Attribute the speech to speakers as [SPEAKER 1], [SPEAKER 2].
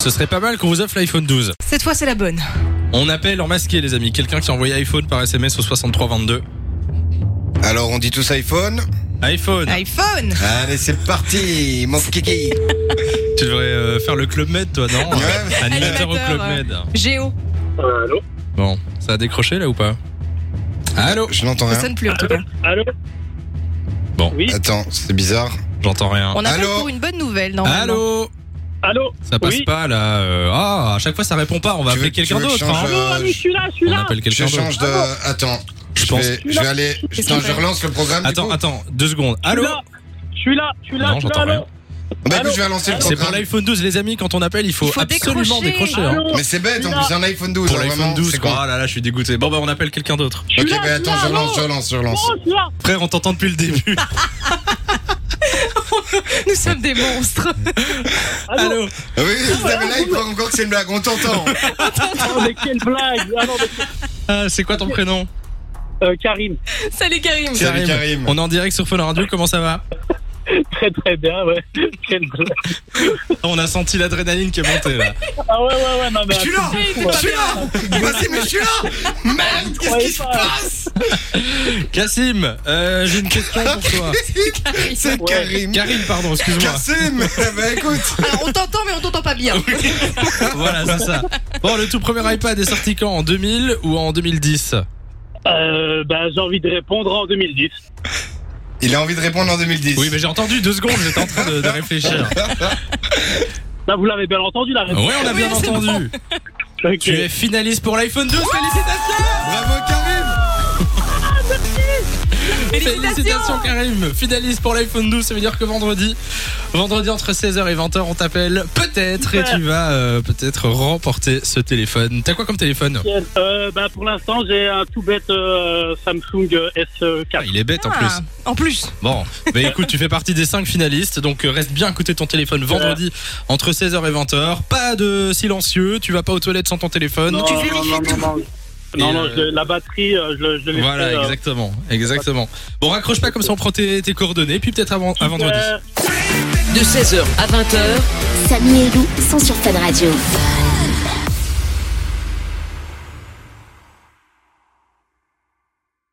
[SPEAKER 1] Ce serait pas mal qu'on vous offre l'iPhone 12.
[SPEAKER 2] Cette fois, c'est la bonne.
[SPEAKER 1] On appelle en masqué, les amis. Quelqu'un qui a envoyé iPhone par SMS au 6322.
[SPEAKER 3] Alors on dit tous iPhone
[SPEAKER 1] iPhone.
[SPEAKER 2] iPhone
[SPEAKER 3] Allez c'est parti, mon kiki
[SPEAKER 1] Tu devrais euh, faire le Club Med, toi, non
[SPEAKER 3] Ouais.
[SPEAKER 1] Animateur au Club
[SPEAKER 2] Animateur,
[SPEAKER 1] Med.
[SPEAKER 2] Géo.
[SPEAKER 4] Allô
[SPEAKER 1] Bon, ça a décroché là ou pas Allô
[SPEAKER 3] Je n'entends
[SPEAKER 2] Ça
[SPEAKER 3] rien.
[SPEAKER 2] sonne plus, en tout cas.
[SPEAKER 4] Allô Oui
[SPEAKER 3] Attends, c'est bizarre.
[SPEAKER 1] J'entends rien.
[SPEAKER 2] On appelle
[SPEAKER 3] Allô
[SPEAKER 2] pour une bonne nouvelle, normalement.
[SPEAKER 1] Allô
[SPEAKER 4] Allô
[SPEAKER 1] Ça passe
[SPEAKER 4] Oui.
[SPEAKER 1] pas là. euh, Ah, à chaque fois ça répond pas. On va
[SPEAKER 3] Tu veux-
[SPEAKER 1] appeler
[SPEAKER 3] tu
[SPEAKER 1] quelqu'un
[SPEAKER 3] veux que je
[SPEAKER 1] d'autre.
[SPEAKER 3] change,
[SPEAKER 1] hein.
[SPEAKER 3] euh,
[SPEAKER 4] Ah, mais je suis là, je suis
[SPEAKER 1] On
[SPEAKER 4] là
[SPEAKER 1] appelle
[SPEAKER 3] Je
[SPEAKER 1] quelqu'un d'autre.
[SPEAKER 3] change de... Attends, je,
[SPEAKER 1] pense-
[SPEAKER 3] vais, je vais aller...
[SPEAKER 2] Qu'est-ce
[SPEAKER 3] Attends,
[SPEAKER 2] qu'on fait
[SPEAKER 3] je relance le programme. du
[SPEAKER 1] Attends,
[SPEAKER 3] coup
[SPEAKER 1] attends, deux secondes. Allô
[SPEAKER 4] Je suis là, je suis là,
[SPEAKER 1] Non,
[SPEAKER 4] je suis
[SPEAKER 1] j'entends
[SPEAKER 4] là,
[SPEAKER 1] rien.
[SPEAKER 4] allô
[SPEAKER 3] Bah écoute,
[SPEAKER 4] Allô
[SPEAKER 3] je vais relancer le
[SPEAKER 1] C'est pour
[SPEAKER 3] programme.
[SPEAKER 1] l'iPhone 12, les amis. Quand on appelle, il faut,
[SPEAKER 2] Il faut
[SPEAKER 1] absolument
[SPEAKER 2] décrocher.
[SPEAKER 1] décrocher. hein.
[SPEAKER 4] Allô
[SPEAKER 3] Mais c'est bête, en plus c'est un iPhone 12.
[SPEAKER 1] Pour
[SPEAKER 3] alors
[SPEAKER 1] l'iPhone
[SPEAKER 3] vraiment,
[SPEAKER 1] 12,
[SPEAKER 3] c'est
[SPEAKER 1] quoi.
[SPEAKER 3] con.
[SPEAKER 1] Ah là là, je suis dégoûté. Bon, bah, on appelle quelqu'un d'autre.
[SPEAKER 4] Je suis
[SPEAKER 3] Ok,
[SPEAKER 4] là,
[SPEAKER 3] bah attends,
[SPEAKER 4] je
[SPEAKER 3] je
[SPEAKER 4] suis là,
[SPEAKER 3] relance, je
[SPEAKER 4] allô
[SPEAKER 3] relance, je
[SPEAKER 4] Bon,
[SPEAKER 3] relance.
[SPEAKER 4] je suis là
[SPEAKER 1] Frère, on t'entend depuis le début.
[SPEAKER 2] Nous sommes des monstres.
[SPEAKER 4] Allô
[SPEAKER 1] Allô
[SPEAKER 3] Ah Oui, mais là il croit encore que c'est une blague, on t'entend.
[SPEAKER 4] Oh, mais quelle blague Ah non, mais...
[SPEAKER 1] Ah, C'est quoi ton prénom
[SPEAKER 4] euh, Karim,
[SPEAKER 2] Salut, Karim.
[SPEAKER 3] C'est- Salut, Karim.
[SPEAKER 1] On est en direct sur Fun Radio, comment ça va
[SPEAKER 4] très très bien, ouais. Quelle blague.
[SPEAKER 1] Ah, On a senti l'adrénaline qui est montée là.
[SPEAKER 4] Ah ouais, ouais, ouais, non, mais...
[SPEAKER 3] Je suis là
[SPEAKER 2] Hey, t'es
[SPEAKER 3] Je
[SPEAKER 2] pas
[SPEAKER 3] suis
[SPEAKER 2] bien.
[SPEAKER 3] là Vas-y, mais je suis là Merde, qu'est-ce qui se passe
[SPEAKER 1] Cassim, euh, j'ai une question pour toi.
[SPEAKER 3] C'est Karim.
[SPEAKER 1] Karim, pardon, excuse-moi.
[SPEAKER 3] Karim Bah écoute,
[SPEAKER 2] Alors, on t'entend, mais on t'entend pas
[SPEAKER 1] Ah
[SPEAKER 2] bien.
[SPEAKER 1] Voilà, c'est ça. Bon, le tout premier iPad est sorti quand En 2000 ou en 2010
[SPEAKER 4] Euh, bah, j'ai envie de répondre en 2010.
[SPEAKER 3] il a envie de répondre en 2010.
[SPEAKER 1] Oui, mais j'ai entendu deux secondes, j'étais en train de, de réfléchir.
[SPEAKER 4] Là, vous l'avez bien entendu, la
[SPEAKER 1] Ouais,
[SPEAKER 4] réponse.
[SPEAKER 1] on a bien
[SPEAKER 2] Oui, c'est
[SPEAKER 1] entendu.
[SPEAKER 3] Oh,
[SPEAKER 4] Ok.
[SPEAKER 1] Tu es finaliste pour l'iPhone 12, félicitations
[SPEAKER 3] Bravo Karim
[SPEAKER 1] Félicitations Karim Finaliste pour l'iPhone 12, ça veut dire que vendredi, vendredi entre 16h et 20h, on t'appelle peut-être et
[SPEAKER 4] Super.
[SPEAKER 1] tu vas euh, peut-être remporter ce téléphone. T'as quoi comme téléphone
[SPEAKER 4] Euh, bah, pour l'instant, j'ai un tout bête euh, Samsung euh,
[SPEAKER 1] Ah,
[SPEAKER 4] S4.
[SPEAKER 1] Il est bête en plus.
[SPEAKER 2] Ah, En plus.
[SPEAKER 1] Bon, bah écoute, tu fais partie des 5 finalistes, donc euh, reste bien à côté de ton téléphone vendredi entre 16h et 20h. Pas de silencieux, tu vas pas aux toilettes sans ton téléphone.
[SPEAKER 4] non,
[SPEAKER 2] tu
[SPEAKER 4] non,
[SPEAKER 2] vérifies
[SPEAKER 4] non,
[SPEAKER 2] tout.
[SPEAKER 4] non, non. Non,
[SPEAKER 1] Et,
[SPEAKER 4] non,
[SPEAKER 1] euh,
[SPEAKER 4] je- la batterie, euh, je, le- je l'ai
[SPEAKER 1] Voilà,
[SPEAKER 4] fait, euh,
[SPEAKER 1] exactement, exactement. Bon, raccroche pas comme ça, on prend tes, tes coordonnées, puis peut-être avant, à vendredi.
[SPEAKER 4] super.
[SPEAKER 5] de 16h à 20h.
[SPEAKER 6] Samy et Lou sont sur Fun Radio.